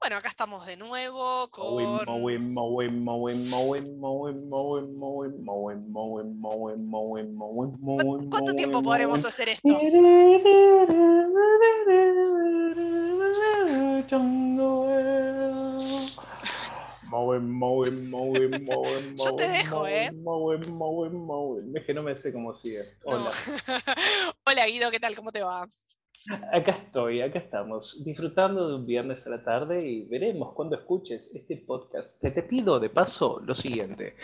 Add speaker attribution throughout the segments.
Speaker 1: Bueno, acá estamos de nuevo con... ¿Cu- ¿Cuánto
Speaker 2: ¿Cuánto
Speaker 1: tiempo podremos hacer esto? Yo te dejo, ¿eh?
Speaker 2: Es que no me sé cómo sigue.
Speaker 1: No.
Speaker 2: Hola.
Speaker 1: Hola Guido, ¿qué tal? ¿Cómo te va?
Speaker 2: Acá estoy, acá estamos, disfrutando de un viernes a la tarde y veremos cuando escuches este podcast. Que te pido de paso lo siguiente: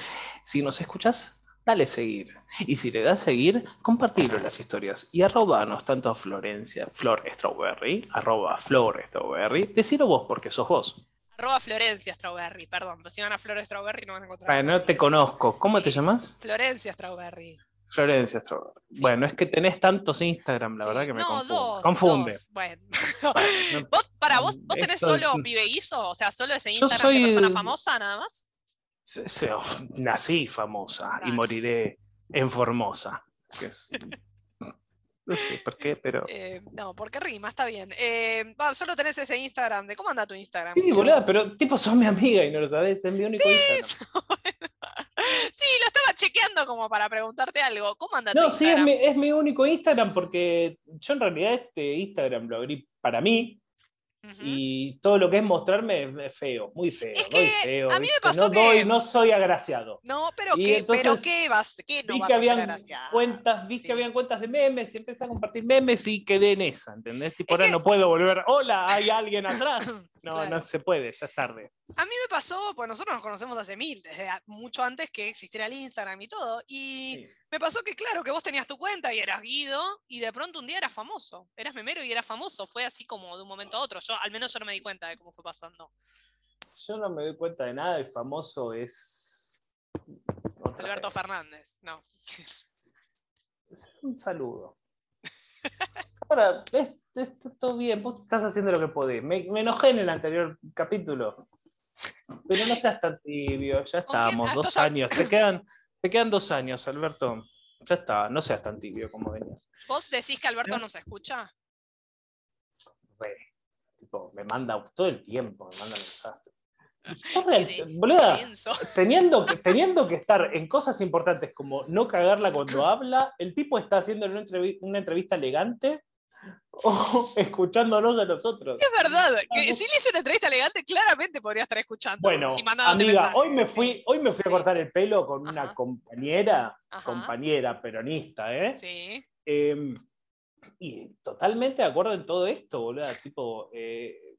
Speaker 2: si nos escuchas, dale seguir. Y si le das seguir, compartirlo en las historias. Y arrobanos tanto a Florencia, Flor Strawberry, arroba Flor Strawberry. Decilo vos porque sos vos.
Speaker 1: Arroba Florencia Strawberry, perdón. Si van a Flores Strawberry no van a encontrar. a
Speaker 2: Bueno, no te
Speaker 1: Florencia.
Speaker 2: conozco. ¿Cómo te llamas?
Speaker 1: Florencia Strawberry.
Speaker 2: Florencia Strawberry. Bueno, es que tenés tantos Instagram, la
Speaker 1: Sí.
Speaker 2: verdad que me
Speaker 1: no,
Speaker 2: confunde.
Speaker 1: dos.
Speaker 2: confunde.
Speaker 1: dos. Bueno.
Speaker 2: no.
Speaker 1: ¿Vos, para vos, vos tenés
Speaker 2: Esto-
Speaker 1: solo Vive Guiso? O sea, solo ese
Speaker 2: Yo
Speaker 1: Instagram
Speaker 2: soy
Speaker 1: de persona
Speaker 2: el-
Speaker 1: famosa nada más.
Speaker 2: Se- se- oh, nací famosa y
Speaker 1: Ah.
Speaker 2: moriré en Formosa. que es- no sé por qué, pero.
Speaker 1: Eh, no, porque rima, está bien. Eh, va, solo tenés ese Instagram. ¿De cómo anda tu Instagram?
Speaker 2: Sí, boluda, pero tipo sos mi amiga y no lo sabés, es mi único Instagram.
Speaker 1: Sí, lo estaba chequeando como para preguntarte algo. ¿Cómo anda tu
Speaker 2: No, sí, es
Speaker 1: Instagram?
Speaker 2: mi, es mi único Instagram porque yo en realidad este Instagram lo abrí para mí
Speaker 1: Ujú.
Speaker 2: y todo lo que es mostrarme es- es feo, muy feo.
Speaker 1: Es
Speaker 2: doy
Speaker 1: que
Speaker 2: feo,
Speaker 1: a mí me
Speaker 2: ¿viste?
Speaker 1: pasó
Speaker 2: no, doy-
Speaker 1: que-
Speaker 2: no soy agraciado.
Speaker 1: No, pero
Speaker 2: Y
Speaker 1: qué, pero
Speaker 2: entonces
Speaker 1: qué vas, qué no
Speaker 2: vi
Speaker 1: vas
Speaker 2: que
Speaker 1: a hacer
Speaker 2: habían
Speaker 1: gracia.
Speaker 2: cuentas, vi
Speaker 1: Sí.
Speaker 2: que habían cuentas de memes y empecé a compartir memes y quedé en esa, ¿entendés? Tipo,
Speaker 1: Es
Speaker 2: ahora
Speaker 1: que-
Speaker 2: no puedo volver. Hola, hay alguien atrás. No,
Speaker 1: Claro.
Speaker 2: no se puede, ya es tarde.
Speaker 1: A mí me pasó, pues nosotros nos conocemos hace mil, desde a- mucho antes que existiera el Instagram y todo. Y
Speaker 2: Sí.
Speaker 1: me pasó que, claro, que vos tenías tu cuenta y eras Guido, y de pronto un día eras famoso. Eras memero y eras famoso. Fue así como de un momento a otro. Yo, al menos yo no me di cuenta de cómo fue pasando.
Speaker 2: Yo no me doy cuenta de nada, el famoso es. otra
Speaker 1: Alberto
Speaker 2: vez.
Speaker 1: Fernández, no.
Speaker 2: Un saludo. Ahora, es- es- está todo bien, vos estás haciendo lo que podés. Me, me enojé en el anterior capítulo. Pero no seas tan tibio, ya
Speaker 1: ¿Con quién
Speaker 2: estamos, dos
Speaker 1: estás hab-
Speaker 2: años. Te quedan, te quedan dos años, Alberto. Ya está, no seas tan tibio como venías.
Speaker 1: ¿Vos decís que Alberto
Speaker 2: No.
Speaker 1: nos escucha?
Speaker 2: re, tipo, me manda todo el tiempo, me manda mensajes. Está
Speaker 1: Qué
Speaker 2: re-
Speaker 1: Ah, de- qué
Speaker 2: boluda,
Speaker 1: denso.
Speaker 2: teniendo que, teniendo que estar en cosas importantes como no cagarla cuando habla, el tipo está haciendo una, entrevi- una entrevista elegante o escuchándonos a nosotros.
Speaker 1: Es verdad, que
Speaker 2: Vamos.
Speaker 1: si le hice una entrevista elegante, claramente podría estar escuchando.
Speaker 2: Bueno,
Speaker 1: si mandándote
Speaker 2: amiga,
Speaker 1: mensajes.
Speaker 2: hoy me, fui, hoy me fui a cortar el pelo con
Speaker 1: Ajá.
Speaker 2: una compañera,
Speaker 1: Ajá.
Speaker 2: compañera peronista, ¿eh?
Speaker 1: Sí.
Speaker 2: Eh, y totalmente de acuerdo en todo esto, boludo. Tipo, eh,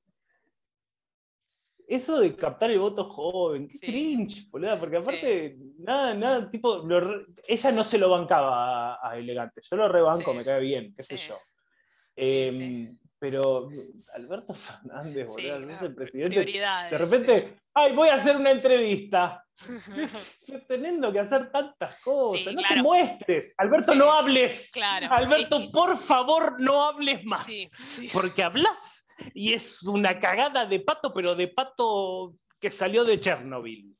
Speaker 2: eso de captar el voto joven, qué
Speaker 1: Sí.
Speaker 2: cringe, boludo. Porque aparte, nada, nada, tipo, lo re- ella no se lo bancaba a, a Elegante. Yo lo rebanco,
Speaker 1: Sí.
Speaker 2: me cae bien, qué
Speaker 1: Sí.
Speaker 2: sé yo.
Speaker 1: Sí,
Speaker 2: Eh,
Speaker 1: sí.
Speaker 2: Pero Alberto Fernández,
Speaker 1: Sí,
Speaker 2: boludo, el
Speaker 1: claro,
Speaker 2: vicepresidente.
Speaker 1: prioridades. eh,
Speaker 2: De repente, ay, voy a hacer una entrevista. Teniendo que hacer tantas cosas,
Speaker 1: Sí,
Speaker 2: no te
Speaker 1: claro.
Speaker 2: muestres. Alberto,
Speaker 1: Sí.
Speaker 2: no hables.
Speaker 1: Claro,
Speaker 2: Alberto,
Speaker 1: es que-
Speaker 2: por favor, no hables más.
Speaker 1: Sí, sí.
Speaker 2: Porque hablas y es una cagada de pato, pero de pato que salió de Chernobyl.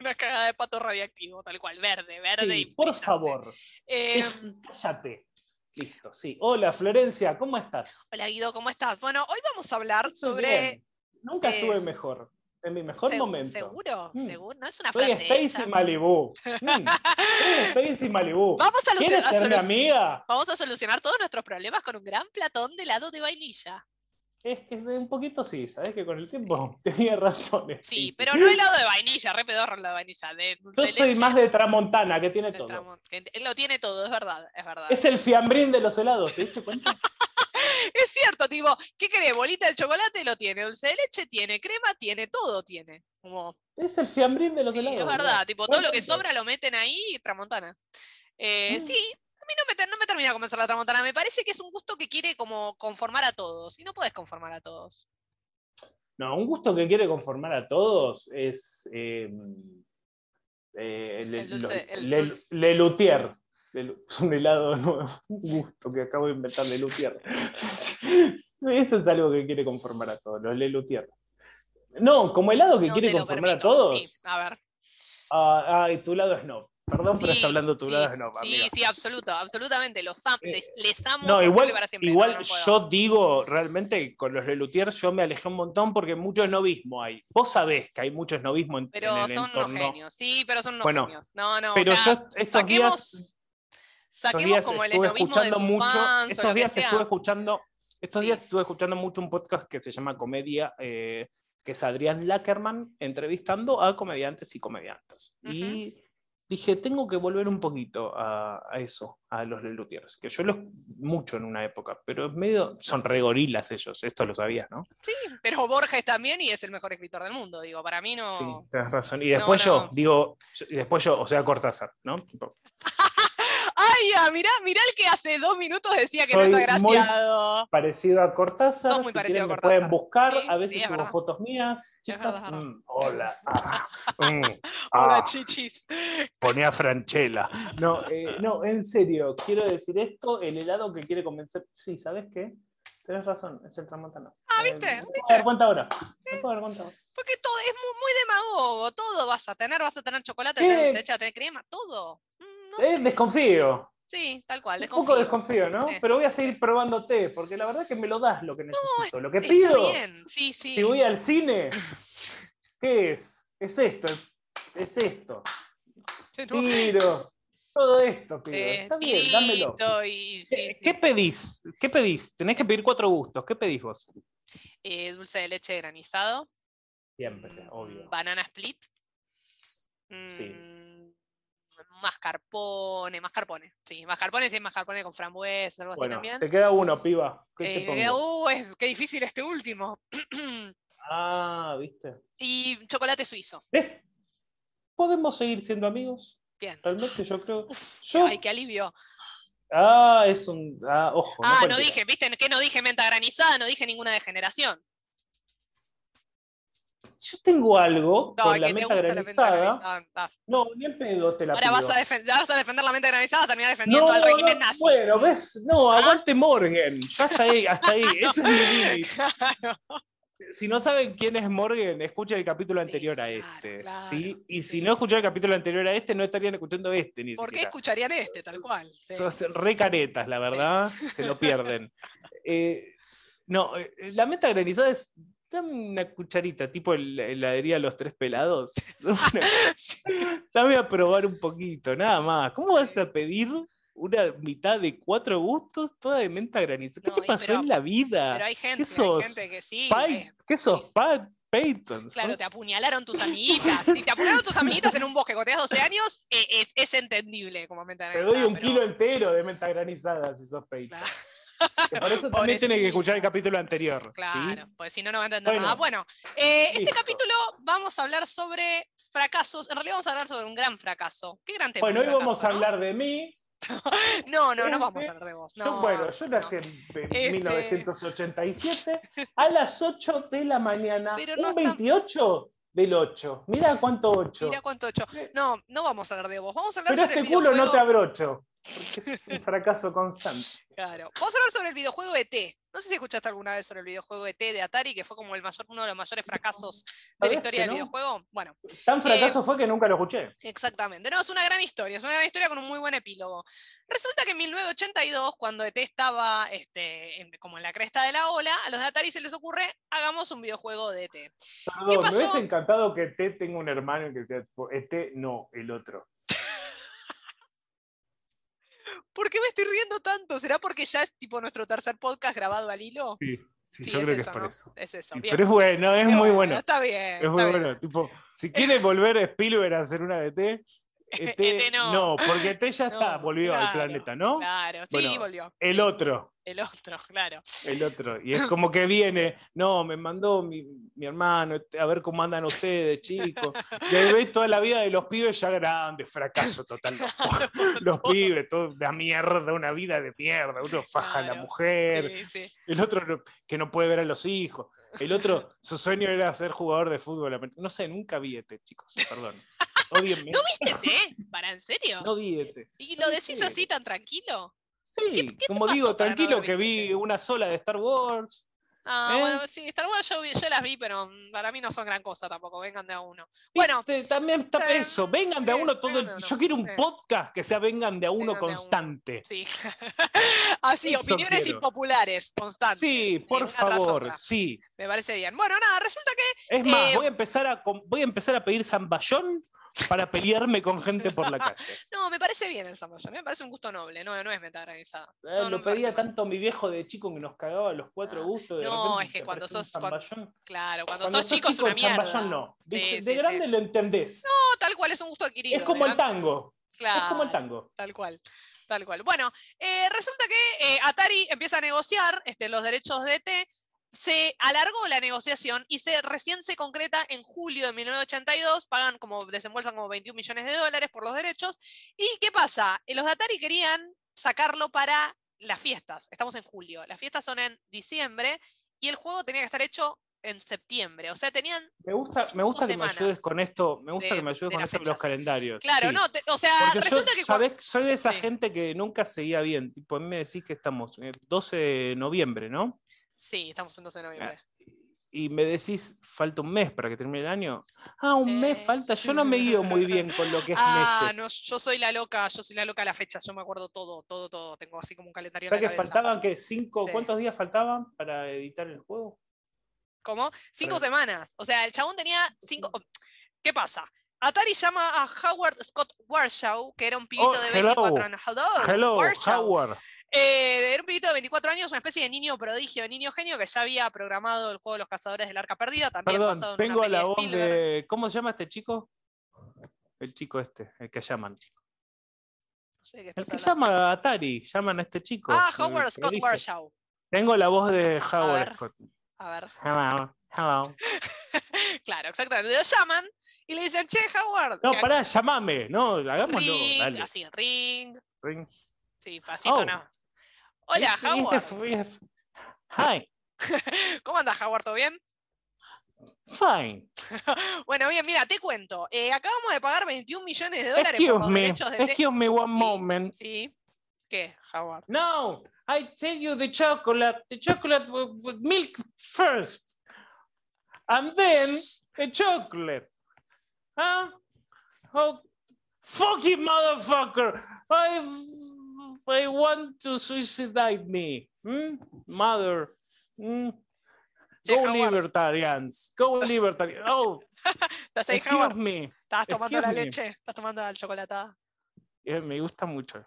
Speaker 1: Una cagada de pato radiactivo, tal cual, verde, verde.
Speaker 2: Sí,
Speaker 1: y
Speaker 2: por
Speaker 1: brillante.
Speaker 2: favor,
Speaker 1: Eh,
Speaker 2: cállate. Listo, sí. Hola, Florencia, ¿cómo estás?
Speaker 1: hola Guido, ¿cómo estás? Bueno, hoy vamos a hablar
Speaker 2: Estoy
Speaker 1: sobre...
Speaker 2: bien. Nunca
Speaker 1: eh,
Speaker 2: estuve mejor. En mi mejor
Speaker 1: Segu-
Speaker 2: momento.
Speaker 1: ¿Seguro?
Speaker 2: Mm.
Speaker 1: ¿Seguro? No es una
Speaker 2: Soy
Speaker 1: frase
Speaker 2: Stacy
Speaker 1: hecha.
Speaker 2: Malibu. Mm, soy Stacy Malibu.
Speaker 1: Vamos a,
Speaker 2: ¿Quieres
Speaker 1: solucionar,
Speaker 2: ser mi amiga?
Speaker 1: vamos a solucionar todos nuestros problemas con un gran platón de helado de vainilla.
Speaker 2: Es que de un poquito sí, sabes que con el tiempo tenía razones.
Speaker 1: Sí, pero no helado de vainilla, re pedorro helado de vainilla. De,
Speaker 2: Yo
Speaker 1: de
Speaker 2: soy
Speaker 1: leche,
Speaker 2: más de Tramontana, que tiene
Speaker 1: del
Speaker 2: todo.
Speaker 1: Tramont- que Él lo tiene todo, es verdad, es verdad.
Speaker 2: Es el fiambrín de los helados, ¿te diste cuenta?
Speaker 1: Es cierto, tipo, ¿qué querés? Bolita de chocolate lo tiene, dulce de leche tiene, crema tiene, todo tiene. Como,
Speaker 2: Es el fiambrín de los
Speaker 1: sí,
Speaker 2: helados.
Speaker 1: es
Speaker 2: boludo.
Speaker 1: verdad, tipo, todo lo que
Speaker 2: Perfecto.
Speaker 1: sobra lo meten ahí y tramontana. Eh,
Speaker 2: Mm.
Speaker 1: Sí, a mí no me, ter- no me termina de convencer la tramontana, me parece que es un gusto que quiere como conformar a todos, y no puedes conformar a todos.
Speaker 2: No, un gusto que quiere conformar a todos es. eh, eh, le,
Speaker 1: El dulce-
Speaker 2: lo-
Speaker 1: el
Speaker 2: Le-
Speaker 1: dulce.
Speaker 2: Le Luthier. Le Lu- es un helado nuevo. Un gusto que acabo de inventar Le Luthier. Eso es algo que quiere conformar a todos, los Le Luthier. No, como helado que
Speaker 1: No
Speaker 2: quiere
Speaker 1: te lo
Speaker 2: conformar a
Speaker 1: permito,
Speaker 2: todos.
Speaker 1: sí, a ver.
Speaker 2: Ah, ah, y tu lado es no. Perdón por
Speaker 1: Sí,
Speaker 2: estar hablando tu
Speaker 1: sí,
Speaker 2: lado. No, amiga.
Speaker 1: Sí, sí, absoluto, absolutamente. Los am-
Speaker 2: Eh,
Speaker 1: les, les amo.
Speaker 2: No,
Speaker 1: por
Speaker 2: igual,
Speaker 1: siempre, para siempre,
Speaker 2: igual
Speaker 1: no, no puedo.
Speaker 2: yo digo, realmente con los Lelutier yo me alejé un montón porque mucho esnovismo hay. Vos sabés que hay mucho esnovismo en, en
Speaker 1: Pero
Speaker 2: el
Speaker 1: son unos
Speaker 2: entorno.
Speaker 1: genios. Sí, pero son unos
Speaker 2: Bueno,
Speaker 1: genios. No, no. o
Speaker 2: Pero
Speaker 1: sea,
Speaker 2: yo estos
Speaker 1: saquemos,
Speaker 2: días, estos
Speaker 1: saquemos
Speaker 2: días
Speaker 1: como el
Speaker 2: estuve
Speaker 1: esnovismo de
Speaker 2: escuchando
Speaker 1: sus
Speaker 2: mucho,
Speaker 1: fans o lo
Speaker 2: estos
Speaker 1: que
Speaker 2: días
Speaker 1: sea.
Speaker 2: estuve escuchando, estos
Speaker 1: Sí.
Speaker 2: días estuve escuchando mucho un podcast que se llama Comedia, eh, que es Adrián Lackerman entrevistando a comediantes y comediantes. Y dije, tengo que volver un poquito a, a eso, a los Lelutiers, que yo los mucho en una época, pero es medio, son re gorilas ellos, esto lo sabías, ¿no?
Speaker 1: Sí, pero Borges también y es el mejor escritor del mundo, digo, para mí no.
Speaker 2: Sí, tenés razón. Y
Speaker 1: No,
Speaker 2: después yo,
Speaker 1: no.
Speaker 2: digo, yo- y después yo, o sea, Cortázar, ¿no? Tipo,
Speaker 1: Ay, ya, mirá, mirá el que hace dos minutos decía que
Speaker 2: Soy
Speaker 1: no
Speaker 2: muy-
Speaker 1: está graciado.
Speaker 2: Parecido a Cortázar.
Speaker 1: Sos muy
Speaker 2: si
Speaker 1: parecido
Speaker 2: quieren
Speaker 1: a
Speaker 2: me
Speaker 1: Cortázar.
Speaker 2: pueden buscar,
Speaker 1: Sí,
Speaker 2: a veces
Speaker 1: sí, es
Speaker 2: subo
Speaker 1: verdad.
Speaker 2: fotos mías, chicas.
Speaker 1: verdad, es verdad.
Speaker 2: Mm, hola. Ah, mm,
Speaker 1: Hola,
Speaker 2: ah,
Speaker 1: chichis.
Speaker 2: ponía Franchella. No, eh, no, en serio, quiero decir esto, el helado que quiere convencer. Sí, ¿sabes qué? Tenés razón, es el tramontano. Ah,
Speaker 1: ¿viste?
Speaker 2: me puedo dar cuenta ahora. Me puedo dar cuenta ahora.
Speaker 1: Porque todo es muy, muy demagogo. Todo vas a tener, vas a tener chocolate,
Speaker 2: Eh.
Speaker 1: tenés dulce de leche, tenés crema, todo. Mm, No
Speaker 2: Eh,
Speaker 1: sé.
Speaker 2: desconfío.
Speaker 1: Sí, tal cual.
Speaker 2: Un poco
Speaker 1: desconfío.
Speaker 2: desconfío, ¿no?
Speaker 1: Sí.
Speaker 2: Pero voy a seguir probándote, porque la verdad que me lo das lo que necesito. lo que
Speaker 1: Está
Speaker 2: pido.
Speaker 1: bien, sí, sí.
Speaker 2: Si voy al cine, ¿qué es? Es esto, es, es esto.
Speaker 1: Pero-
Speaker 2: Tiro. Todo esto, pido.
Speaker 1: Eh,
Speaker 2: Está bien, dámelo. Eh,
Speaker 1: tirito y- sí,
Speaker 2: ¿Qué,
Speaker 1: sí.
Speaker 2: qué pedís? ¿Qué pedís? Tenés que pedir cuatro gustos. ¿Qué pedís vos?
Speaker 1: Eh, dulce de leche granizado.
Speaker 2: Siempre,
Speaker 1: mm,
Speaker 2: obvio.
Speaker 1: Banana split.
Speaker 2: Sí.
Speaker 1: mm, Mascarpone, mascarpone. Sí, mascarpone, sí, mascarpone con frambuesa, algo
Speaker 2: Bueno,
Speaker 1: así también.
Speaker 2: te queda uno, piba. ¿Qué te
Speaker 1: Eh,
Speaker 2: pongo?
Speaker 1: uh, es, qué difícil este último.
Speaker 2: Ah, ¿viste?
Speaker 1: y chocolate suizo.
Speaker 2: ¿Ves? ¿Podemos seguir siendo amigos?
Speaker 1: Bien.
Speaker 2: Realmente yo creo.
Speaker 1: Uf,
Speaker 2: Ah, Yo-
Speaker 1: Ay, qué alivio.
Speaker 2: Ah, es un. Ah, ojo.
Speaker 1: ah, no
Speaker 2: cualquiera.
Speaker 1: dije, ¿viste? Que no dije menta granizada, no dije ninguna degeneración.
Speaker 2: Yo tengo algo
Speaker 1: No,
Speaker 2: con
Speaker 1: el
Speaker 2: la
Speaker 1: que te
Speaker 2: menta
Speaker 1: gusta la menta
Speaker 2: granizada.
Speaker 1: granizada. ah.
Speaker 2: No, ni en pedo te la
Speaker 1: Ahora
Speaker 2: pido.
Speaker 1: vas a, defen- ya vas a defender la mente granizada, vas a terminar defendiendo al ¿Ah? régimen nazi.
Speaker 2: Bueno, ¿ves? No, aguante Morgan. Yo hasta ahí, hasta ahí. Ese es mi límite.
Speaker 1: Claro.
Speaker 2: Si no saben quién es Morgan, escuchen el capítulo
Speaker 1: Sí,
Speaker 2: anterior a
Speaker 1: claro,
Speaker 2: este.
Speaker 1: claro,
Speaker 2: ¿sí? Y si
Speaker 1: sí.
Speaker 2: no escucharon el capítulo anterior a este, no estarían escuchando este ni
Speaker 1: ¿Por qué
Speaker 2: siquiera.
Speaker 1: escucharían este, tal cual? Sí.
Speaker 2: Sos re caretas, la verdad. Se lo pierden. Eh, no, eh, la menta granizada es. Dame una cucharita, tipo el- la heladería de los tres pelados. Dame a probar un poquito, nada más. ¿Cómo vas a pedir una mitad de cuatro gustos toda de menta granizada? ¿Qué
Speaker 1: No,
Speaker 2: te
Speaker 1: y
Speaker 2: pasó
Speaker 1: pero-
Speaker 2: en la vida?
Speaker 1: Pero hay gente, hay
Speaker 2: sos?
Speaker 1: gente que sí.
Speaker 2: Pai-
Speaker 1: eh,
Speaker 2: ¿Qué sos, Pat Payton?
Speaker 1: Claro,
Speaker 2: ¿Sos?
Speaker 1: te apuñalaron tus amiguitas. Si te apuñalaron tus amiguitas en un bosque cuando tenías 12 años, eh, es, es entendible como mente
Speaker 2: Te
Speaker 1: granizada.
Speaker 2: doy un
Speaker 1: pero-
Speaker 2: kilo entero de menta granizada si sos Payton.
Speaker 1: Claro.
Speaker 2: Que Por eso también tienes que escuchar el capítulo anterior. ¿sí?
Speaker 1: Claro, pues si no, no va a entender
Speaker 2: Bueno.
Speaker 1: nada. Bueno, eh, este
Speaker 2: Listo.
Speaker 1: capítulo vamos a hablar sobre fracasos. En realidad vamos a hablar sobre un gran fracaso. Qué gran tema.
Speaker 2: Bueno,
Speaker 1: un
Speaker 2: hoy vamos
Speaker 1: fracaso,
Speaker 2: a
Speaker 1: este ¿no?
Speaker 2: hablar de mí.
Speaker 1: No, no, no vamos a hablar de vos.
Speaker 2: Yo,
Speaker 1: No,
Speaker 2: bueno, yo nací
Speaker 1: no.
Speaker 2: en
Speaker 1: Este-
Speaker 2: 1987 a las 8 de la mañana.
Speaker 1: Pero
Speaker 2: un
Speaker 1: no está-
Speaker 2: 28 del 8. Mira cuánto 8.
Speaker 1: Mira cuánto ocho.
Speaker 2: Eh.
Speaker 1: No, no vamos a hablar de vos. Vamos a hablar
Speaker 2: Pero
Speaker 1: sobre
Speaker 2: este
Speaker 1: el
Speaker 2: culo no
Speaker 1: videojuego-
Speaker 2: te abrocho. Porque es un fracaso constante.
Speaker 1: Claro. Vamos a hablar sobre el videojuego ET. No sé si escuchaste alguna vez sobre el videojuego ET de Atari, que fue como el mayor, uno de los mayores fracasos de la
Speaker 2: ¿Sabés
Speaker 1: historia
Speaker 2: que
Speaker 1: del
Speaker 2: no?
Speaker 1: videojuego. Bueno,
Speaker 2: Tan fracaso fue que nunca lo escuché.
Speaker 1: Exactamente. No, es una gran historia, es una gran historia con un muy buen epílogo. Resulta que en 1982, cuando ET estaba este, en- como en la cresta de la ola, a los de Atari se les ocurre, hagamos un videojuego de E ET.
Speaker 2: Perdón,
Speaker 1: ¿Qué
Speaker 2: me
Speaker 1: pasó?
Speaker 2: hubiese encantado que T tenga un hermano y que sea tipo, este no, el otro.
Speaker 1: ¿Por qué me estoy riendo tanto? ¿Será porque ya es tipo nuestro tercer podcast grabado al hilo?
Speaker 2: Sí,
Speaker 1: Sí, es eso, ¿no? Es eso.
Speaker 2: Sí,
Speaker 1: bien.
Speaker 2: pero es bueno, es
Speaker 1: Qué
Speaker 2: muy bueno.
Speaker 1: Está bien.
Speaker 2: Es muy
Speaker 1: está bien.
Speaker 2: bueno. Tipo, si quiere volver Spielberg a hacer una de T,
Speaker 1: ET E no.
Speaker 2: no, porque T ya está,
Speaker 1: No,
Speaker 2: volvió al
Speaker 1: claro,
Speaker 2: planeta, ¿no?
Speaker 1: Claro, sí,
Speaker 2: Bueno,
Speaker 1: volvió.
Speaker 2: El
Speaker 1: sí,
Speaker 2: otro,
Speaker 1: El otro, claro.
Speaker 2: el otro. Y es como que viene, no, me mandó mi, mi hermano, a ver cómo andan ustedes, chicos. Y ahí ves toda la vida de los pibes ya grandes, fracaso total. Los, los pibes, toda una mierda, una vida de mierda. Uno faja a la
Speaker 1: Claro,
Speaker 2: mujer,
Speaker 1: Sí, sí.
Speaker 2: el otro no- que no puede ver a los hijos. El otro, su sueño era ser jugador de fútbol. amer- No sé, nunca vi ET, chicos, perdón. Odienme,
Speaker 1: ¿No viste ET? E ¿Para en serio?
Speaker 2: no vi ET.
Speaker 1: ¿Y lo
Speaker 2: no
Speaker 1: decís
Speaker 2: sé.
Speaker 1: así tan tranquilo?
Speaker 2: Sí,
Speaker 1: ¿Qué- qué te
Speaker 2: como
Speaker 1: pasó
Speaker 2: digo,
Speaker 1: para no E
Speaker 2: tranquilo
Speaker 1: haber
Speaker 2: que
Speaker 1: visto
Speaker 2: vi una sola de Star Wars.
Speaker 1: Ah,
Speaker 2: ¿Eh?
Speaker 1: bueno, sí, Star Wars yo, vi- yo las vi, pero mm, para mí no son gran cosa tampoco, vengan de a uno. Bueno,
Speaker 2: Este, también está
Speaker 1: eh,
Speaker 2: eso. Vengan de a
Speaker 1: eh,
Speaker 2: uno todo el-
Speaker 1: vengan de a
Speaker 2: Yo
Speaker 1: uno,
Speaker 2: quiero un
Speaker 1: eh.
Speaker 2: podcast que sea vengan de a uno
Speaker 1: Vengan de a uno.
Speaker 2: constante.
Speaker 1: sí. Así,
Speaker 2: Eso
Speaker 1: opiniones
Speaker 2: quiero.
Speaker 1: impopulares, constantes. Eh,
Speaker 2: Sí, por
Speaker 1: una tras
Speaker 2: favor,
Speaker 1: otra.
Speaker 2: sí.
Speaker 1: Me parece bien. Bueno, nada, resulta que
Speaker 2: Es más,
Speaker 1: Eh,
Speaker 2: voy a empezar a, com- voy a empezar a pedir zamballón para pelearme con gente por la calle.
Speaker 1: No, me parece bien el Zamballón, ¿eh? me parece un gusto noble, no, no es meta granizada.
Speaker 2: Eh,
Speaker 1: No, no
Speaker 2: lo
Speaker 1: me
Speaker 2: pedía
Speaker 1: parece
Speaker 2: tanto mi viejo de chico que nos cagaba los cuatro
Speaker 1: Ah,
Speaker 2: gustos. De
Speaker 1: no,
Speaker 2: repente
Speaker 1: es que
Speaker 2: te
Speaker 1: cuando
Speaker 2: apareció un
Speaker 1: sos- cuan-
Speaker 2: zamballón.
Speaker 1: Claro, cuando,
Speaker 2: Cuando
Speaker 1: sos chico es una
Speaker 2: el
Speaker 1: mierda.
Speaker 2: zamballón no. De,
Speaker 1: Sí,
Speaker 2: de
Speaker 1: sí,
Speaker 2: grande lo entendés.
Speaker 1: No, tal cual es un gusto adquirido.
Speaker 2: es como
Speaker 1: de
Speaker 2: el
Speaker 1: gran-
Speaker 2: tango.
Speaker 1: Claro,
Speaker 2: Es como el tango.
Speaker 1: Tal cual, tal cual. Bueno, eh, resulta que eh, Atari empieza a negociar este, los derechos de ET. Se alargó la negociación y se, recién se concreta en julio de 1982. Pagan como, desembolsan como 21 millones de dólares por los derechos. ¿Y qué pasa? Eh, Los de Atari querían sacarlo para las fiestas. Estamos en julio. Las fiestas son en diciembre y el juego tenía que estar hecho en septiembre. O sea, tenían.
Speaker 2: Me gusta, me gusta que me
Speaker 1: semanas
Speaker 2: ayudes con esto. Me gusta
Speaker 1: de-
Speaker 2: que me ayudes
Speaker 1: de
Speaker 2: con
Speaker 1: las
Speaker 2: esto de los
Speaker 1: fechas.
Speaker 2: calendarios.
Speaker 1: Claro,
Speaker 2: sí.
Speaker 1: no. te- o sea,
Speaker 2: Porque yo,
Speaker 1: resulta que. cuan-
Speaker 2: ¿sabés? soy de esa
Speaker 1: Sí.
Speaker 2: gente que nunca seguía bien. Tipo, a mí me decís que estamos eh, 12 de noviembre, ¿no?
Speaker 1: Sí, estamos en 12 de noviembre.
Speaker 2: Y me decís, falta un mes para que termine el año. Ah, un mes
Speaker 1: Eh.
Speaker 2: falta. Yo no me guío muy bien con lo que es
Speaker 1: Ah,
Speaker 2: meses.
Speaker 1: no, yo soy la loca, yo soy la loca a la fecha, yo me acuerdo todo, todo, todo. Tengo así como un calendario
Speaker 2: O sea
Speaker 1: en la
Speaker 2: que
Speaker 1: cabeza.
Speaker 2: faltaban que cinco,
Speaker 1: Sí.
Speaker 2: ¿cuántos días faltaban para editar el juego?
Speaker 1: ¿Cómo? Cinco
Speaker 2: Pero-
Speaker 1: semanas. O sea, el chabón tenía cinco. oh, ¿Qué pasa? Atari llama a Howard Scott Warshaw, que era un pibito de
Speaker 2: Oh, hello.
Speaker 1: 24 años. Hello,
Speaker 2: Hello,
Speaker 1: Warshaw.
Speaker 2: Howard.
Speaker 1: Eh, era un pibito de 24 años, una especie de niño prodigio, de niño genio, que ya había programado el juego de los cazadores del arca perdida, también
Speaker 2: Perdón,
Speaker 1: basado en una
Speaker 2: tengo
Speaker 1: peli
Speaker 2: la
Speaker 1: de
Speaker 2: voz
Speaker 1: Spielberg.
Speaker 2: de. ¿Cómo se llama este chico? El chico este, el que llaman.
Speaker 1: No sé de qué
Speaker 2: El
Speaker 1: estás
Speaker 2: que
Speaker 1: hablando.
Speaker 2: llama a Atari, llaman a este chico.
Speaker 1: Ah,
Speaker 2: el
Speaker 1: Howard
Speaker 2: que
Speaker 1: Scott
Speaker 2: dirige.
Speaker 1: Warshaw.
Speaker 2: Tengo la voz de Howard
Speaker 1: ver.
Speaker 2: Scott.
Speaker 1: A ver.
Speaker 2: Hello, hello.
Speaker 1: Claro, exactamente. Lo llaman y le dicen, che, Howard.
Speaker 2: No,
Speaker 1: que
Speaker 2: pará, llamame. No, hagámoslo.
Speaker 1: ring,
Speaker 2: Dale.
Speaker 1: así, ring.
Speaker 2: Ring.
Speaker 1: Sí,
Speaker 2: este
Speaker 1: así
Speaker 2: Oh.
Speaker 1: sonaba. Hola,
Speaker 2: It's- it's the
Speaker 1: Howard.
Speaker 2: f- Hi,
Speaker 1: ¿Cómo andas, Howard? ¿Todo bien?
Speaker 2: fine.
Speaker 1: Bueno, bien, mira, te cuento. Eh, acabamos de pagar 21 millones de dólares por
Speaker 2: Excuse
Speaker 1: los
Speaker 2: me.
Speaker 1: derechos de... te-
Speaker 2: Excuse me one
Speaker 1: Sí.
Speaker 2: moment.
Speaker 1: Sí. ¿Qué, Howard?
Speaker 2: No, I tell you the chocolate, the chocolate wi- with milk first, and then the chocolate. Huh? Oh, fucking motherfucker! I, I want to suicide me, hmm? mother. hmm?
Speaker 1: Che,
Speaker 2: Go
Speaker 1: Howard.
Speaker 2: libertarians, go libertarians. Oh,
Speaker 1: ¿Estás ahí,
Speaker 2: excuse
Speaker 1: Howard?
Speaker 2: me.
Speaker 1: ¿Estás tomando la
Speaker 2: excuse me.
Speaker 1: leche? ¿Estás tomando la chocolatada?
Speaker 2: Eh, me gusta mucho.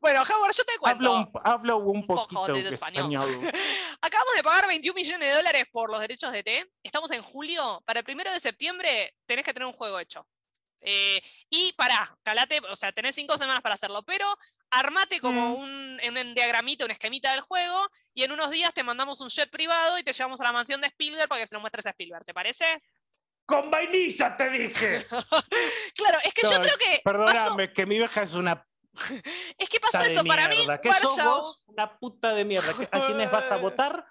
Speaker 1: Bueno, Howard, yo te cuento.
Speaker 2: Hablo un, hablo un
Speaker 1: Un poco
Speaker 2: poquito
Speaker 1: de
Speaker 2: de
Speaker 1: español.
Speaker 2: español.
Speaker 1: Acabamos de pagar 21 millones de dólares por los derechos de té. Estamos en julio. Para el primero de septiembre tenés que tener un juego hecho. Eh, y pará, calate, o sea, tenés cinco semanas para hacerlo, pero armate como
Speaker 2: Mm.
Speaker 1: un, en un diagramita, una esquemita del juego, y en unos días te mandamos un jet privado y te llevamos a la mansión de Spielberg para que se lo muestres a Spielberg, ¿te parece?
Speaker 2: Con vainilla te dije.
Speaker 1: Claro, es que yo
Speaker 2: No,
Speaker 1: creo que pasó,
Speaker 2: Perdóname, que mi vieja es una
Speaker 1: es que
Speaker 2: puta
Speaker 1: pasó
Speaker 2: de
Speaker 1: eso, para mí,
Speaker 2: mierda. ¿Qué sos
Speaker 1: Warshaw-
Speaker 2: vos? Una puta de mierda. ¿A quiénes vas a votar?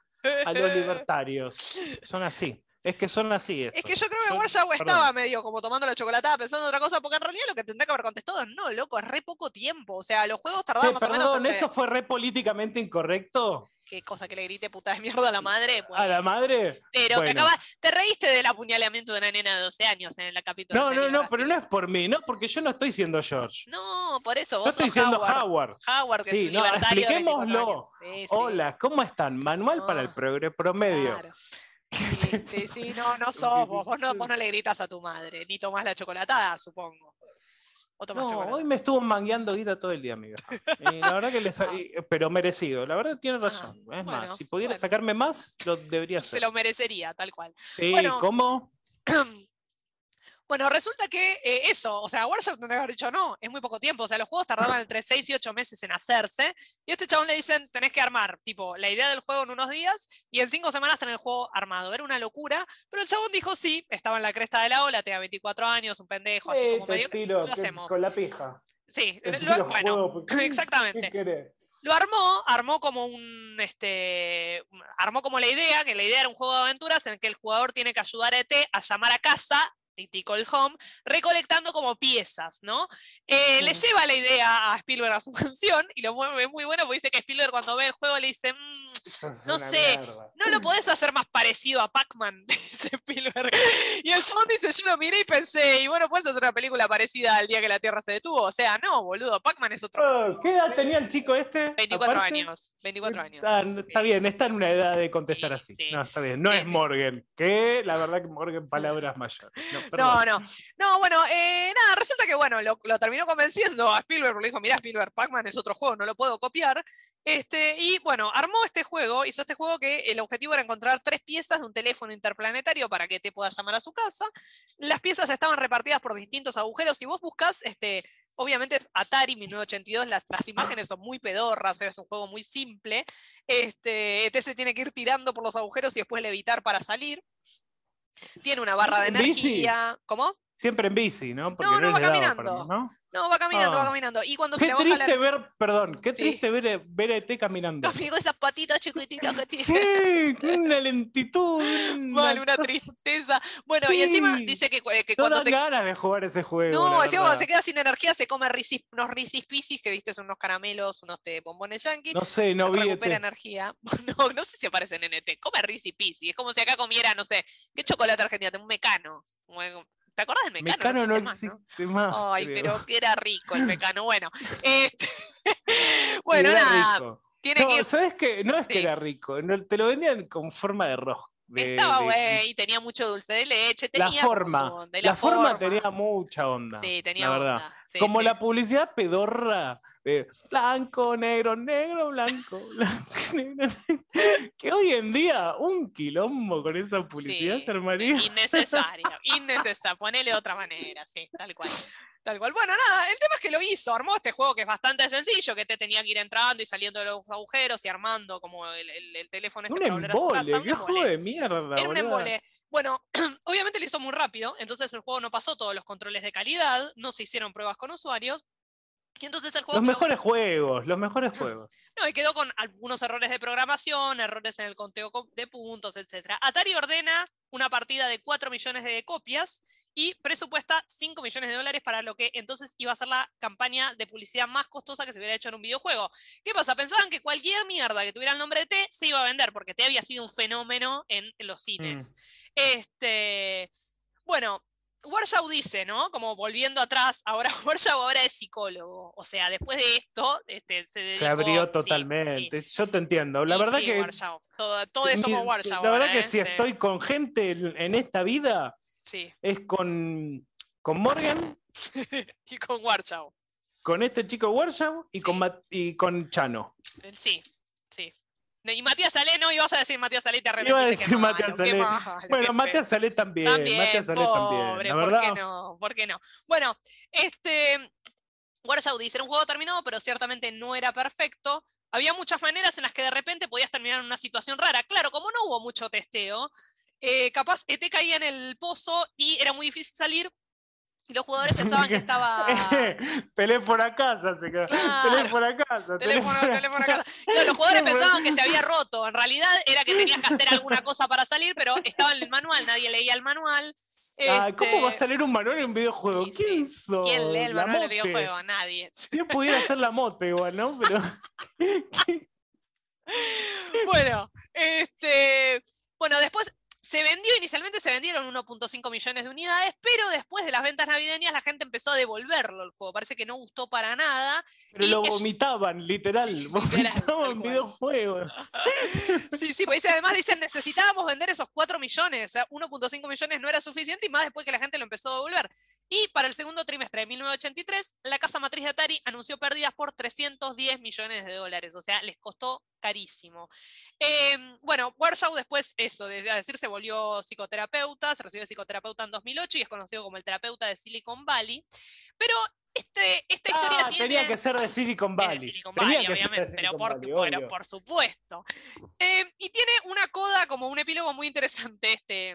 Speaker 2: A los libertarios. Son así. Es que son así.
Speaker 1: Es
Speaker 2: estos.
Speaker 1: que yo creo que
Speaker 2: Yo-
Speaker 1: Warshaw
Speaker 2: perdón.
Speaker 1: estaba medio como tomando la chocolatada, pensando en otra cosa, porque en realidad lo que tendría que haber contestado es no, loco, es re poco tiempo. O sea, los juegos tardaban
Speaker 2: Che,
Speaker 1: más
Speaker 2: perdón,
Speaker 1: o menos. entre-
Speaker 2: ¿eso fue re políticamente incorrecto?
Speaker 1: Qué cosa que le grite puta de mierda a la madre.
Speaker 2: ¿A
Speaker 1: bueno.
Speaker 2: la madre?
Speaker 1: pero
Speaker 2: Ah, bueno.
Speaker 1: te, acaba- te reíste del apuñalamiento de una nena de 12 años en el capítulo.
Speaker 2: No, no,
Speaker 1: anterior,
Speaker 2: no,
Speaker 1: así
Speaker 2: pero
Speaker 1: que-
Speaker 2: no es por mí, no, porque yo no estoy siendo George.
Speaker 1: No, por eso.
Speaker 2: No
Speaker 1: Vos
Speaker 2: estoy
Speaker 1: sos
Speaker 2: siendo
Speaker 1: Howard.
Speaker 2: Howard.
Speaker 1: Howard, que
Speaker 2: Sí,
Speaker 1: es un
Speaker 2: no,
Speaker 1: libertario. de 24
Speaker 2: expliquémoslo.
Speaker 1: años. Sí, sí,
Speaker 2: Hola, ¿cómo están? Manual para el
Speaker 1: Ah,
Speaker 2: progre promedio.
Speaker 1: claro. Sí, sí, sí, no, no sos vos. Vos no, vos no le gritas a tu madre, ni tomás la chocolatada, supongo. O tomás
Speaker 2: No,
Speaker 1: chocolatada.
Speaker 2: hoy me estuvo mangueando guita todo el día, amiga. Y la verdad que le sa-
Speaker 1: Ah.
Speaker 2: y- eh, pero merecido. La verdad tiene
Speaker 1: Ah,
Speaker 2: razón. es
Speaker 1: bueno,
Speaker 2: más, si pudiera
Speaker 1: bueno.
Speaker 2: sacarme más, lo debería
Speaker 1: Se
Speaker 2: hacer.
Speaker 1: lo merecería, tal cual.
Speaker 2: Sí,
Speaker 1: Bueno.
Speaker 2: ¿cómo?
Speaker 1: Bueno, resulta que eh, eso, o sea, Warzone tendría que haber dicho no, es muy poco tiempo, o sea, los juegos tardaban
Speaker 2: Ah.
Speaker 1: entre 6 y 8 meses en hacerse, y a este chabón le dicen, tenés que armar, tipo, la idea del juego en unos días, y en 5 semanas tener el juego armado, era una locura, pero el chabón dijo sí, estaba en la cresta de la ola, tenía 24 años, un pendejo, así
Speaker 2: Eh,
Speaker 1: como
Speaker 2: te
Speaker 1: medio...
Speaker 2: tiro
Speaker 1: lo hacemos.
Speaker 2: con la pija.
Speaker 1: Sí,
Speaker 2: Te
Speaker 1: lo-
Speaker 2: tiro
Speaker 1: bueno,
Speaker 2: juego, porque-
Speaker 1: exactamente.
Speaker 2: ¿Qué querés?
Speaker 1: Lo armó, armó como un, este, armó como la idea, que la idea era un juego de aventuras en el que el jugador tiene que ayudar a ET a E llamar a casa y Tickle Home, recolectando como piezas, ¿no? Eh, Le lleva la idea a Spielberg a su canción y lo mueve muy bueno porque dice que Spielberg cuando ve el juego le dice, "Mm, No sé. no lo podés hacer más parecido a Pac-Man, dice Spielberg. Y el chabón dice, yo lo miré y pensé, y bueno, puedes hacer una película parecida al día que la Tierra se detuvo. O sea, no, boludo, Pac-Man es otro.
Speaker 2: Oh, ¿Qué edad tenía el chico este?
Speaker 1: 24
Speaker 2: Aparte,
Speaker 1: años, 24 años.
Speaker 2: Está, está bien, está en una edad de contestar así.
Speaker 1: Sí, sí.
Speaker 2: No, está bien. No
Speaker 1: Sí,
Speaker 2: es
Speaker 1: sí.
Speaker 2: Morgan, que la verdad que Morgan palabras mayores. No,
Speaker 1: No,
Speaker 2: perdón.
Speaker 1: no. No, bueno, eh, nada, resulta que bueno, lo, lo terminó convenciendo a Spielberg, porque le dijo, mirá, Spielberg, Pac-Man es otro juego, no lo puedo copiar. Este, y bueno, armó este juego, hizo este juego que el objetivo era encontrar tres piezas de un teléfono interplanetario para que te pueda llamar a su casa. Las piezas estaban repartidas por distintos agujeros. Si vos buscas, este, obviamente es Atari 1982, las, las imágenes son muy pedorras, es un juego muy simple. Este, ET se tiene que ir tirando por los agujeros y después levitar para salir. Tiene una barra de
Speaker 2: en bici.
Speaker 1: energía. ¿Cómo?
Speaker 2: Siempre en bici, ¿no?
Speaker 1: No, no,
Speaker 2: les
Speaker 1: va
Speaker 2: daba
Speaker 1: caminando.
Speaker 2: para- ¿no?
Speaker 1: No, va caminando,
Speaker 2: Ah.
Speaker 1: va caminando. Y cuando se
Speaker 2: Qué
Speaker 1: le baja
Speaker 2: triste
Speaker 1: la.
Speaker 2: ver, perdón, qué
Speaker 1: Sí.
Speaker 2: triste ver, ver a ET caminando.
Speaker 1: Amigo, esas patitas chiquititas que tiene.
Speaker 2: Sí, con una lentitud.
Speaker 1: Mal, una
Speaker 2: cosa-
Speaker 1: tristeza. Bueno, y encima
Speaker 2: Sí.
Speaker 1: dice que, cu- eh, que
Speaker 2: No
Speaker 1: cuando
Speaker 2: dan
Speaker 1: se
Speaker 2: ganas de jugar ese juego.
Speaker 1: No,
Speaker 2: la
Speaker 1: encima cuando
Speaker 2: verdad.
Speaker 1: se queda sin energía se come risis- unos risis pisis, que viste, son unos caramelos, unos este, bombones yankees.
Speaker 2: No sé, no vi. E
Speaker 1: recupera
Speaker 2: ET.
Speaker 1: energía. No, no sé si aparece en NT. Come risis pisis. Es como si acá comiera, no sé, ¿qué chocolate argentino? Un mecano. Bueno, ¿Te acordás del mecano?
Speaker 2: Mecano no
Speaker 1: más, ¿no?
Speaker 2: existe más.
Speaker 1: Ay,
Speaker 2: creo.
Speaker 1: pero que era rico el mecano. Bueno, este,
Speaker 2: Sí,
Speaker 1: bueno,
Speaker 2: era
Speaker 1: nada,
Speaker 2: rico.
Speaker 1: tiene que
Speaker 2: No,
Speaker 1: ir.
Speaker 2: ¿sabes qué? No es que
Speaker 1: Sí.
Speaker 2: era rico, no, te lo vendían con forma de rosca. de-
Speaker 1: Estaba
Speaker 2: de-
Speaker 1: güey, tenía mucho dulce de leche,
Speaker 2: La
Speaker 1: tenía como su
Speaker 2: forma.
Speaker 1: onda, y
Speaker 2: la forma, tenía mucha onda.
Speaker 1: Sí, tenía
Speaker 2: la verdad.
Speaker 1: onda, sí,
Speaker 2: Como
Speaker 1: sí.
Speaker 2: la publicidad pedorra de blanco, negro, negro, blanco, blanco, negro, negro. Que hoy en día un quilombo con esa publicidad
Speaker 1: Sí,
Speaker 2: se armaría.
Speaker 1: Innecesaria, innecesaria. Ponele de otra manera, sí, tal cual. Tal cual. Bueno, nada, el tema es que lo hizo, armó este juego que es bastante sencillo, que te tenía que ir entrando y saliendo de los agujeros y armando como el, el- el teléfono este
Speaker 2: Un
Speaker 1: para volver a su casa,
Speaker 2: embole,
Speaker 1: un
Speaker 2: qué juego
Speaker 1: embole.
Speaker 2: de mierda.
Speaker 1: Era un
Speaker 2: boluda.
Speaker 1: embole. Bueno, obviamente lo hizo muy rápido, entonces el juego no pasó todos los controles de calidad, no se hicieron pruebas con usuarios, y entonces el juego
Speaker 2: Los
Speaker 1: quedó
Speaker 2: mejores juegos, los mejores juegos.
Speaker 1: no, y quedó con algunos errores de programación, errores en el conteo co- de puntos, etc. Atari ordena una partida de 4 millones de copias y presupuesta 5 millones de dólares para lo que entonces iba a ser la campaña de publicidad más costosa que se hubiera hecho en un videojuego. ¿Qué pasa? Pensaban que cualquier mierda que tuviera el nombre de T se iba a vender porque T había sido un fenómeno en los
Speaker 2: Mm,
Speaker 1: cines. Este, bueno, Warshaw dice, ¿no? Como volviendo atrás, ahora Warshaw ahora es psicólogo. O sea, después de esto, este, se
Speaker 2: Se
Speaker 1: dedicó-
Speaker 2: abrió
Speaker 1: sí, sí.
Speaker 2: totalmente. Yo te entiendo. La
Speaker 1: Y
Speaker 2: verdad
Speaker 1: sí,
Speaker 2: que.
Speaker 1: Warshaw. Todo, todos
Speaker 2: mi-
Speaker 1: somos Warshaw.
Speaker 2: La verdad
Speaker 1: ahora,
Speaker 2: que
Speaker 1: ¿eh?
Speaker 2: si estoy con gente en en esta vida,
Speaker 1: Sí,
Speaker 2: es con, con Morgan,
Speaker 1: y con Warshaw.
Speaker 2: con este chico Warshaw y, con,
Speaker 1: Sí.
Speaker 2: Mat- y con Chano.
Speaker 1: Eh, Sí, sí. No, Y Matías Ale, no ibas a decir Matías Ale, te arrepentiste.
Speaker 2: Iba a
Speaker 1: qué
Speaker 2: decir
Speaker 1: malo,
Speaker 2: Matías
Speaker 1: qué
Speaker 2: Ale.
Speaker 1: malo, qué
Speaker 2: Bueno,
Speaker 1: feo.
Speaker 2: Matías Salé también.
Speaker 1: También,
Speaker 2: Matías Salé
Speaker 1: pobre,
Speaker 2: también. La
Speaker 1: ¿por
Speaker 2: verdad,
Speaker 1: qué no? ¿Por qué no? Bueno, este. Warshaw dice, era un juego terminado, pero ciertamente no era perfecto. Había muchas maneras en las que de repente podías terminar en una situación rara. Claro, como no hubo mucho testeo, eh, capaz te caía en el pozo y era muy difícil salir. Y los jugadores pensaban que estaba...
Speaker 2: teléfono a casa, se quedó.
Speaker 1: Claro.
Speaker 2: Teléfono a casa.
Speaker 1: Teléfono,
Speaker 2: a
Speaker 1: teléfono a casa. Claro, los jugadores
Speaker 2: Qué bueno.
Speaker 1: pensaban que se había roto. En realidad era que tenías que hacer alguna cosa para salir, pero estaba en el manual, nadie leía el manual.
Speaker 2: Ah, ¿Cómo va a
Speaker 1: Este,
Speaker 2: salir un manual en un videojuego?
Speaker 1: Sí,
Speaker 2: ¿Quién sos?
Speaker 1: ¿Quién lee el
Speaker 2: Oh, La
Speaker 1: manual del
Speaker 2: mote.
Speaker 1: videojuego? Nadie.
Speaker 2: Si yo pudiera hacer la moto igual, ¿no? Pero
Speaker 1: Bueno, este, bueno, después se vendió, inicialmente se vendieron 1.5 millones de unidades, pero después de las ventas navideñas la gente empezó a devolverlo el juego. Parece que no gustó para nada.
Speaker 2: Pero
Speaker 1: Y
Speaker 2: lo
Speaker 1: es-
Speaker 2: vomitaban, literal.
Speaker 1: literal, tal
Speaker 2: vomitaban
Speaker 1: cual.
Speaker 2: videojuegos.
Speaker 1: Sí, sí, pues dice, además dicen, necesitábamos vender esos 4 millones, o sea, 1.5 millones no era suficiente y más después que la gente lo empezó a devolver. Y para el segundo trimestre de 1983, la casa matriz de Atari anunció pérdidas por 310 millones de dólares, o sea, les costó carísimo. Eh, bueno, Warshaw después, eso, de a decir, se volvió psicoterapeuta, se recibió de psicoterapeuta en 2008 y es conocido como el terapeuta de Silicon Valley, pero... Este, esta historia
Speaker 2: Ah,
Speaker 1: tiene...
Speaker 2: tenía que ser de Silicon
Speaker 1: Es de
Speaker 2: Valley.
Speaker 1: Silicon
Speaker 2: Tenía
Speaker 1: Valley,
Speaker 2: que ser de
Speaker 1: obviamente, pero
Speaker 2: Silicon
Speaker 1: por,
Speaker 2: Valley,
Speaker 1: por-
Speaker 2: obvio.
Speaker 1: por supuesto. Eh, y tiene una coda como un epílogo muy interesante este,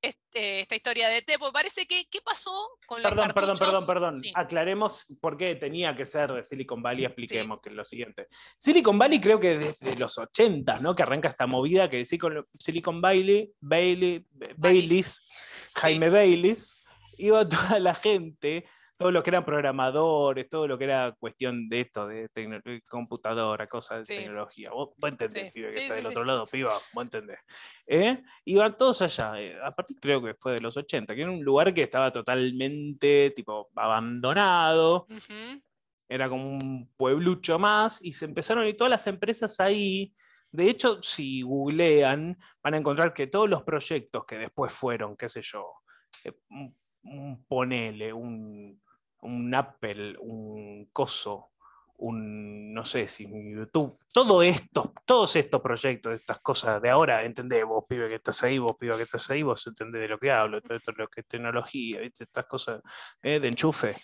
Speaker 1: es- eh, esta historia de T, porque parece que, ¿qué pasó con los
Speaker 2: Perdón, perdón,
Speaker 1: cartuchos?
Speaker 2: perdón, perdón. Ah.
Speaker 1: Sí.
Speaker 2: Aclaremos por qué tenía que ser de Silicon Valley, expliquemos que es lo siguiente. Silicon Valley creo que desde los 80, ¿no? Que arranca esta movida que decís con lo- Silicon Valley, Bailey, Baileys, Jaime Baileys, iba toda la gente, todo lo que eran programadores, todo lo que era cuestión de esto, de tecno- computadora, cosas de
Speaker 1: Sí.
Speaker 2: tecnología. Vos, vos entendés,
Speaker 1: Sí.
Speaker 2: pibe, que
Speaker 1: Sí,
Speaker 2: está
Speaker 1: sí,
Speaker 2: del
Speaker 1: sí.
Speaker 2: otro lado, piba, vos entendés. ¿eh? Iban todos allá, eh, a partir creo que fue de los 80, que era un lugar que estaba totalmente tipo abandonado, ¿Eh?
Speaker 1: Ujú.
Speaker 2: era como un pueblucho más, y se empezaron a ir todas las empresas ahí. De hecho, si googlean, van a encontrar que todos los proyectos que después fueron, qué sé yo, eh, un, un ponele, un, un Apple, un coso, un, no sé, si un YouTube, todo esto, todos estos proyectos, estas cosas de ahora, entendés, vos pibe que estás ahí, vos pibe que estás ahí, vos entendés de lo que hablo, todo esto, lo que es tecnología, ¿viste? estas cosas eh, de enchufe.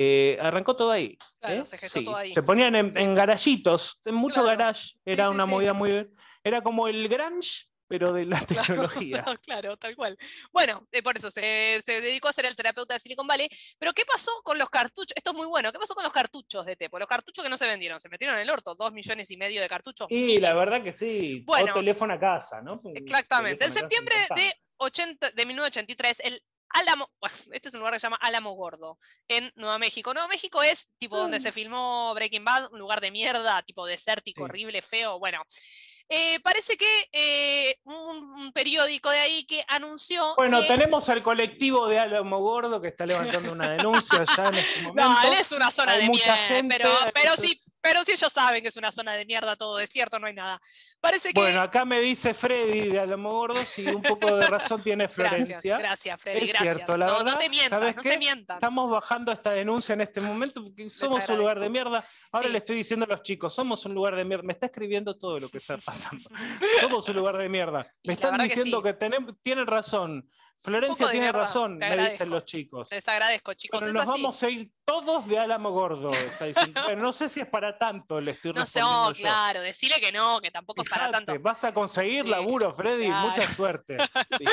Speaker 2: Eh, arrancó todo ahí.
Speaker 1: Claro,
Speaker 2: ¿Eh?
Speaker 1: se gestó
Speaker 2: Sí,
Speaker 1: todo ahí.
Speaker 2: Se ponían en,
Speaker 1: Sí.
Speaker 2: en garayitos, en mucho
Speaker 1: Claro.
Speaker 2: garage. Era
Speaker 1: sí,
Speaker 2: una
Speaker 1: sí.
Speaker 2: movida muy. Era como el Grange, pero de la
Speaker 1: Claro,
Speaker 2: tecnología.
Speaker 1: claro, claro, tal cual. Bueno, eh, por eso se, se dedicó a ser el terapeuta de Silicon Valley. Pero ¿qué pasó con los cartuchos? Esto es muy bueno. ¿Qué pasó con los cartuchos de Tepo? Los cartuchos que no se vendieron, se metieron en el orto, dos millones y medio de cartuchos.
Speaker 2: Y la verdad que sí. todo
Speaker 1: Bueno.
Speaker 2: teléfono a casa, ¿no?
Speaker 1: Exactamente. En
Speaker 2: Teléfono a casa,
Speaker 1: septiembre
Speaker 2: pa, pa.
Speaker 1: de, 80, de 1983, el Álamo, este es un lugar que se llama Álamo Gordo, en Nueva México. Nueva México es tipo
Speaker 2: Ah.
Speaker 1: donde se filmó Breaking Bad, un lugar de mierda, tipo desértico,
Speaker 2: Sí.
Speaker 1: horrible, feo. Bueno, Eh, parece que eh, un, un periódico de ahí que anunció.
Speaker 2: Bueno,
Speaker 1: que-
Speaker 2: tenemos al colectivo de Álamo Gordo que está levantando una denuncia ya en este momento.
Speaker 1: No, él es una zona
Speaker 2: hay
Speaker 1: de
Speaker 2: mucha
Speaker 1: mierda.
Speaker 2: gente,
Speaker 1: pero,
Speaker 2: hay
Speaker 1: pero,
Speaker 2: muchos-
Speaker 1: sí, pero sí ellos saben que es una zona de mierda, todo desierto, no hay nada. Parece que.
Speaker 2: Bueno, acá me dice Freddy de Álamo Gordo, si un poco de razón tiene
Speaker 1: gracias,
Speaker 2: Florencia.
Speaker 1: gracias, Freddy,
Speaker 2: Es
Speaker 1: gracias.
Speaker 2: cierto, la
Speaker 1: no, no
Speaker 2: verdad,
Speaker 1: te mientas,
Speaker 2: ¿sabes
Speaker 1: no
Speaker 2: qué?
Speaker 1: se mientan.
Speaker 2: Estamos bajando esta denuncia en este momento porque somos un lugar de mierda. Ahora
Speaker 1: Sí.
Speaker 2: le estoy diciendo a los chicos, somos un lugar de mierda. Me está escribiendo todo lo que está pasando. somos un lugar de mierda.
Speaker 1: Y la
Speaker 2: Me están
Speaker 1: verdad que
Speaker 2: diciendo
Speaker 1: sí.
Speaker 2: que, tenem- tienen razón. Florencia
Speaker 1: de
Speaker 2: tiene
Speaker 1: mierda,
Speaker 2: razón,
Speaker 1: te
Speaker 2: me dicen
Speaker 1: agradezco.
Speaker 2: los chicos.
Speaker 1: Les agradezco, chicos.
Speaker 2: Pero
Speaker 1: es
Speaker 2: nos
Speaker 1: así.
Speaker 2: vamos a ir todos de Álamo Gordo. está diciendo. Bueno, no sé si es para tanto, le estoy
Speaker 1: No sé,
Speaker 2: respondiendo
Speaker 1: oh,
Speaker 2: yo.
Speaker 1: claro, decirle que no, que tampoco es para
Speaker 2: Fijate,
Speaker 1: tanto.
Speaker 2: Vas a conseguir
Speaker 1: Sí,
Speaker 2: laburo, Freddy.
Speaker 1: claro.
Speaker 2: Mucha suerte. Sí.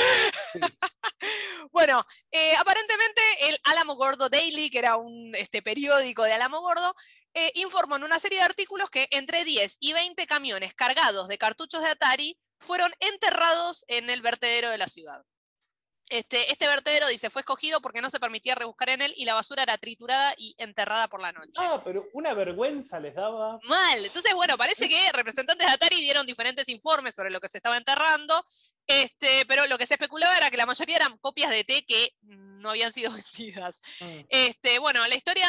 Speaker 1: Bueno, eh, aparentemente el Álamo Gordo Daily, que era un este, periódico de Álamo Gordo, eh, informó en una serie de artículos que entre 10 y 20 camiones cargados de cartuchos de Atari fueron enterrados en el vertedero de la ciudad. Este, este vertedero, dice, fue escogido porque no se permitía rebuscar en él y la basura era triturada y enterrada por la noche.
Speaker 2: Ah, pero una vergüenza les daba.
Speaker 1: Mal. Entonces, bueno, parece que representantes de Atari dieron diferentes informes sobre lo que se estaba enterrando, este, pero lo que se especulaba era que la mayoría eran copias de té que no habían sido vendidas. Este, bueno, la historia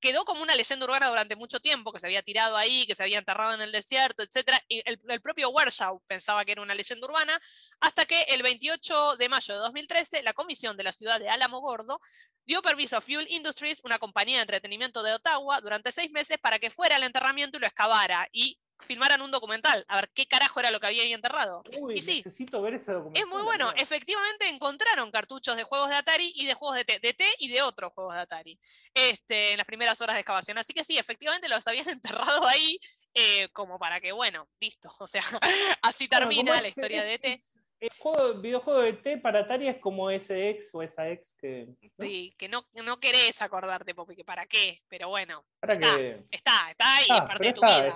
Speaker 1: quedó como una leyenda urbana durante mucho tiempo, que se había tirado ahí, que se había enterrado en el desierto, etc. Y el, el propio Warshaw pensaba que era una leyenda urbana, hasta que el 28 de mayo de 2013, la comisión de la ciudad de Álamo Gordo dio permiso a Fuel Industries, una compañía de entretenimiento de Ottawa, durante seis meses para que fuera al enterramiento y lo excavara y filmaran un documental, a ver qué carajo era lo que había ahí enterrado.
Speaker 2: Uy,
Speaker 1: Y sí,
Speaker 2: necesito ver ese documental.
Speaker 1: Es muy bueno.
Speaker 2: amigo.
Speaker 1: Efectivamente encontraron cartuchos de juegos de Atari y de juegos de T, de T y de otros juegos de Atari este, en las primeras horas de excavación. Así que sí, efectivamente los habían enterrado ahí eh, como para que, bueno, listo. O sea, así
Speaker 2: Bueno,
Speaker 1: termina
Speaker 2: como
Speaker 1: la
Speaker 2: ese-
Speaker 1: historia de E T.
Speaker 2: es- El juego, el videojuego de E T para Atari es como ese ex o esa ex que. ¿no?
Speaker 1: Sí, que no, no querés acordarte, porque para qué, pero bueno,
Speaker 2: Ahora
Speaker 1: está,
Speaker 2: que.
Speaker 1: está, está ahí,
Speaker 2: Ah,
Speaker 1: es parte
Speaker 2: pero
Speaker 1: de tu
Speaker 2: está,
Speaker 1: vida.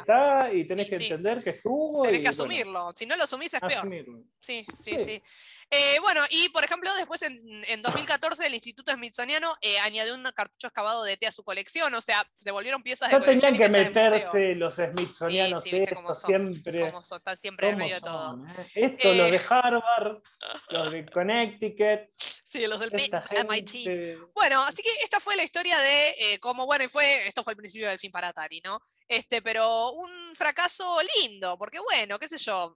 Speaker 2: está, y tenés
Speaker 1: Y
Speaker 2: que
Speaker 1: sí.
Speaker 2: entender que estuvo.
Speaker 1: Tenés
Speaker 2: y,
Speaker 1: que
Speaker 2: bueno,
Speaker 1: asumirlo. Si no lo asumís es peor.
Speaker 2: asumirlo.
Speaker 1: Sí, sí,
Speaker 2: Sí.
Speaker 1: sí. Eh, bueno, y por ejemplo, después en, en 2014 el Instituto Smithsoniano eh, añadió un cartucho excavado de té a su colección, o sea, se volvieron piezas de
Speaker 2: No
Speaker 1: colección
Speaker 2: tenían
Speaker 1: y
Speaker 2: que
Speaker 1: piezas de museo.
Speaker 2: meterse los smithsonianos,
Speaker 1: Sí, sí, viste
Speaker 2: esto
Speaker 1: cómo son,
Speaker 2: siempre.
Speaker 1: Como son, están siempre en
Speaker 2: cómo
Speaker 1: medio de todo.
Speaker 2: son, eh. Esto, los
Speaker 1: Eh.
Speaker 2: de Harvard, los de Connecticut,
Speaker 1: Sí, los del
Speaker 2: esta
Speaker 1: MIT.
Speaker 2: gente.
Speaker 1: Bueno, así que esta fue la historia de eh, cómo, bueno, y fue, esto fue el principio del fin para Atari, ¿no? Este, pero un fracaso lindo, porque bueno, qué sé yo,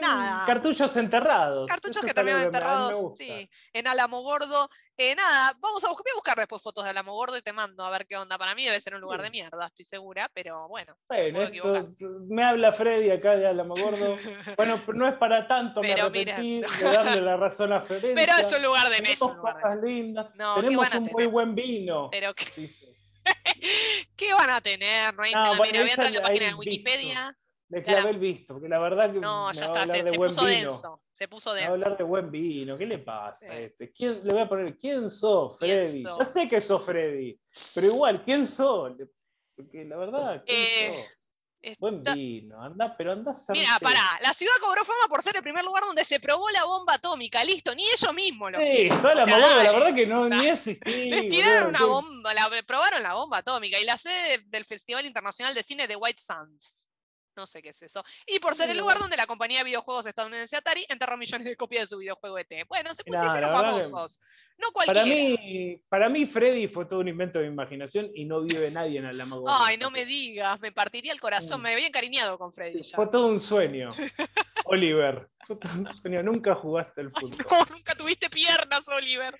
Speaker 1: Nada.
Speaker 2: Cartuchos enterrados.
Speaker 1: Cartuchos
Speaker 2: Eso
Speaker 1: que
Speaker 2: es algo
Speaker 1: terminan
Speaker 2: que me- a mí me
Speaker 1: enterrados
Speaker 2: gusta.
Speaker 1: sí, en Álamo Gordo. Eh, nada, vamos a buscar, voy a buscar después fotos de Álamo Gordo y te mando a ver qué onda. Para mí debe ser un lugar de
Speaker 2: Sí.
Speaker 1: mierda, estoy segura, pero bueno.
Speaker 2: Bueno,
Speaker 1: puedo
Speaker 2: esto, me habla Freddy acá de Álamo Gordo. Bueno, pero no es para tanto, me
Speaker 1: Pero mira,
Speaker 2: arrepentí
Speaker 1: no.
Speaker 2: de darle la razón a Florencia.
Speaker 1: pero es un lugar de
Speaker 2: Tenemos
Speaker 1: mesa, un lugar de-
Speaker 2: cosas lindas,
Speaker 1: No, ¿qué Eh,
Speaker 2: tenemos
Speaker 1: van a
Speaker 2: un muy
Speaker 1: tener?
Speaker 2: buen vino.
Speaker 1: Pero ¿qué,
Speaker 2: dice.
Speaker 1: qué van a tener? No hay
Speaker 2: No,
Speaker 1: nada.
Speaker 2: bueno,
Speaker 1: Mira, voy a
Speaker 2: ella
Speaker 1: entrar en la
Speaker 2: ahí
Speaker 1: página de
Speaker 2: visto.
Speaker 1: Wikipedia.
Speaker 2: Le clavé el visto, porque la verdad que
Speaker 1: No,
Speaker 2: me
Speaker 1: ya
Speaker 2: va a
Speaker 1: está,
Speaker 2: hablar
Speaker 1: se,
Speaker 2: de
Speaker 1: se
Speaker 2: buen
Speaker 1: puso
Speaker 2: vino.
Speaker 1: denso. Se puso
Speaker 2: A
Speaker 1: denso.
Speaker 2: hablar de buen vino, ¿qué le pasa a
Speaker 1: Sí.
Speaker 2: este? ¿Quién, le voy a poner, ¿quién sos,
Speaker 1: ¿Quién
Speaker 2: Freddy?
Speaker 1: sos?
Speaker 2: Ya sé que sos Freddy, pero igual, ¿quién sos? Le- Porque la verdad, ¿quién
Speaker 1: Eh,
Speaker 2: sos?
Speaker 1: Está-
Speaker 2: Buen vino, anda, pero anda a hacerte-
Speaker 1: Mira, pará, la ciudad cobró fama por ser el primer lugar donde se probó la bomba atómica, listo, ni ellos mismos lo
Speaker 2: Sí, toda la
Speaker 1: O sea,
Speaker 2: mamada, la
Speaker 1: dale.
Speaker 2: verdad que no, ni
Speaker 1: Nah.
Speaker 2: existí.
Speaker 1: Les tiraron una
Speaker 2: boludo, ¿qué-
Speaker 1: bomba, la, probaron la bomba atómica y la sede de- del Festival Internacional de Cine de White Sands. No sé qué es eso. Y por ser el lugar donde la compañía de videojuegos estadounidense Atari enterró millones de copias de su videojuego ET. Bueno, se, pues,
Speaker 2: Nah,
Speaker 1: se hicieron
Speaker 2: la verdad que-
Speaker 1: famosos. No cualquiera.
Speaker 2: Para mí, para mí, Freddy fue todo un invento de mi imaginación y no vive nadie en Alamago.
Speaker 1: Ay, no me digas, me partiría el corazón,
Speaker 2: Mm.
Speaker 1: me había encariñado con Freddy ya.
Speaker 2: Fue todo un sueño, Oliver. Fue todo un sueño, nunca jugaste al fútbol.
Speaker 1: No, nunca tuviste piernas, Oliver.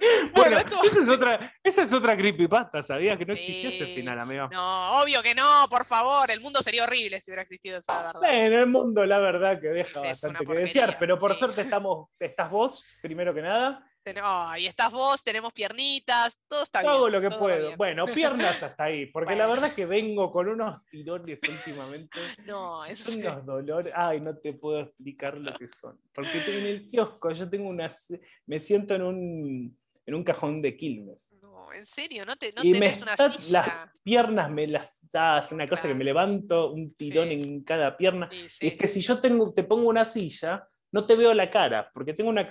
Speaker 2: Bueno,
Speaker 1: Bueno, esto-
Speaker 2: esa es otra, esa es otra creepypasta, ¿sabías que no
Speaker 1: Sí.
Speaker 2: existía ese final, amigo?
Speaker 1: No, obvio que no, por favor, el mundo sería horrible si hubiera existido esa verdad.
Speaker 2: En el mundo, la verdad, que deja
Speaker 1: una
Speaker 2: bastante que
Speaker 1: porquería,
Speaker 2: desear, pero por
Speaker 1: sí.
Speaker 2: suerte estamos, estás vos, primero que nada.
Speaker 1: Ten- Ay, estás vos, tenemos piernitas, todo está
Speaker 2: Yo
Speaker 1: bien.
Speaker 2: hago lo que
Speaker 1: todo va
Speaker 2: puedo.
Speaker 1: bien.
Speaker 2: Bueno, piernas hasta ahí, porque la
Speaker 1: Bueno.
Speaker 2: verdad es que vengo con unos tirones últimamente.
Speaker 1: No, eso
Speaker 2: Son unos dolores. Ay, no te puedo explicar lo que son. Porque te- en el kiosco yo tengo unas. Me siento en un, en un cajón de Quilmes.
Speaker 1: No, en serio, no te no
Speaker 2: y me
Speaker 1: tenés una
Speaker 2: está-
Speaker 1: silla.
Speaker 2: las piernas me las das. Una cosa
Speaker 1: Claro.
Speaker 2: que me levanto un tirón
Speaker 1: Ah. Sí.
Speaker 2: en cada pierna.
Speaker 1: Sí,
Speaker 2: Y
Speaker 1: sí.
Speaker 2: es que si yo tengo, te pongo una silla, no te veo la cara, porque tengo una,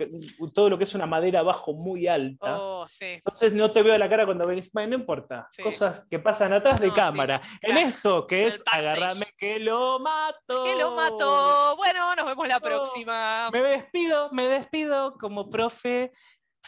Speaker 2: todo lo que es una madera abajo muy alta.
Speaker 1: Oh, sí.
Speaker 2: Entonces no te veo la cara cuando venís. Bueno, no importa.
Speaker 1: Sí.
Speaker 2: Cosas que pasan atrás de
Speaker 1: No, sí,
Speaker 2: cámara. En
Speaker 1: claro.
Speaker 2: esto que
Speaker 1: En
Speaker 2: es
Speaker 1: el backstage.
Speaker 2: agarrame que lo mato.
Speaker 1: Que lo mato. Bueno, nos vemos la
Speaker 2: No.
Speaker 1: próxima.
Speaker 2: Me despido, me despido como profe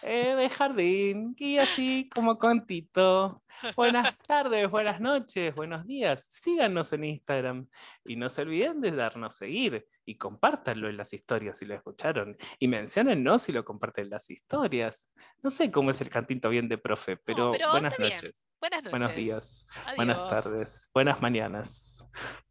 Speaker 2: eh, de jardín y así como contito. Buenas tardes, buenas noches, buenos días. Síganos en Instagram y no se olviden de darnos seguir y compártanlo en las historias si lo escucharon y menciónennos si lo comparten en las historias. No sé cómo es el cantito bien de profe, pero,
Speaker 1: pero
Speaker 2: buenas
Speaker 1: está bien.
Speaker 2: noches,
Speaker 1: Buenas noches.
Speaker 2: buenos días,
Speaker 1: Adiós.
Speaker 2: buenas tardes, buenas mañanas.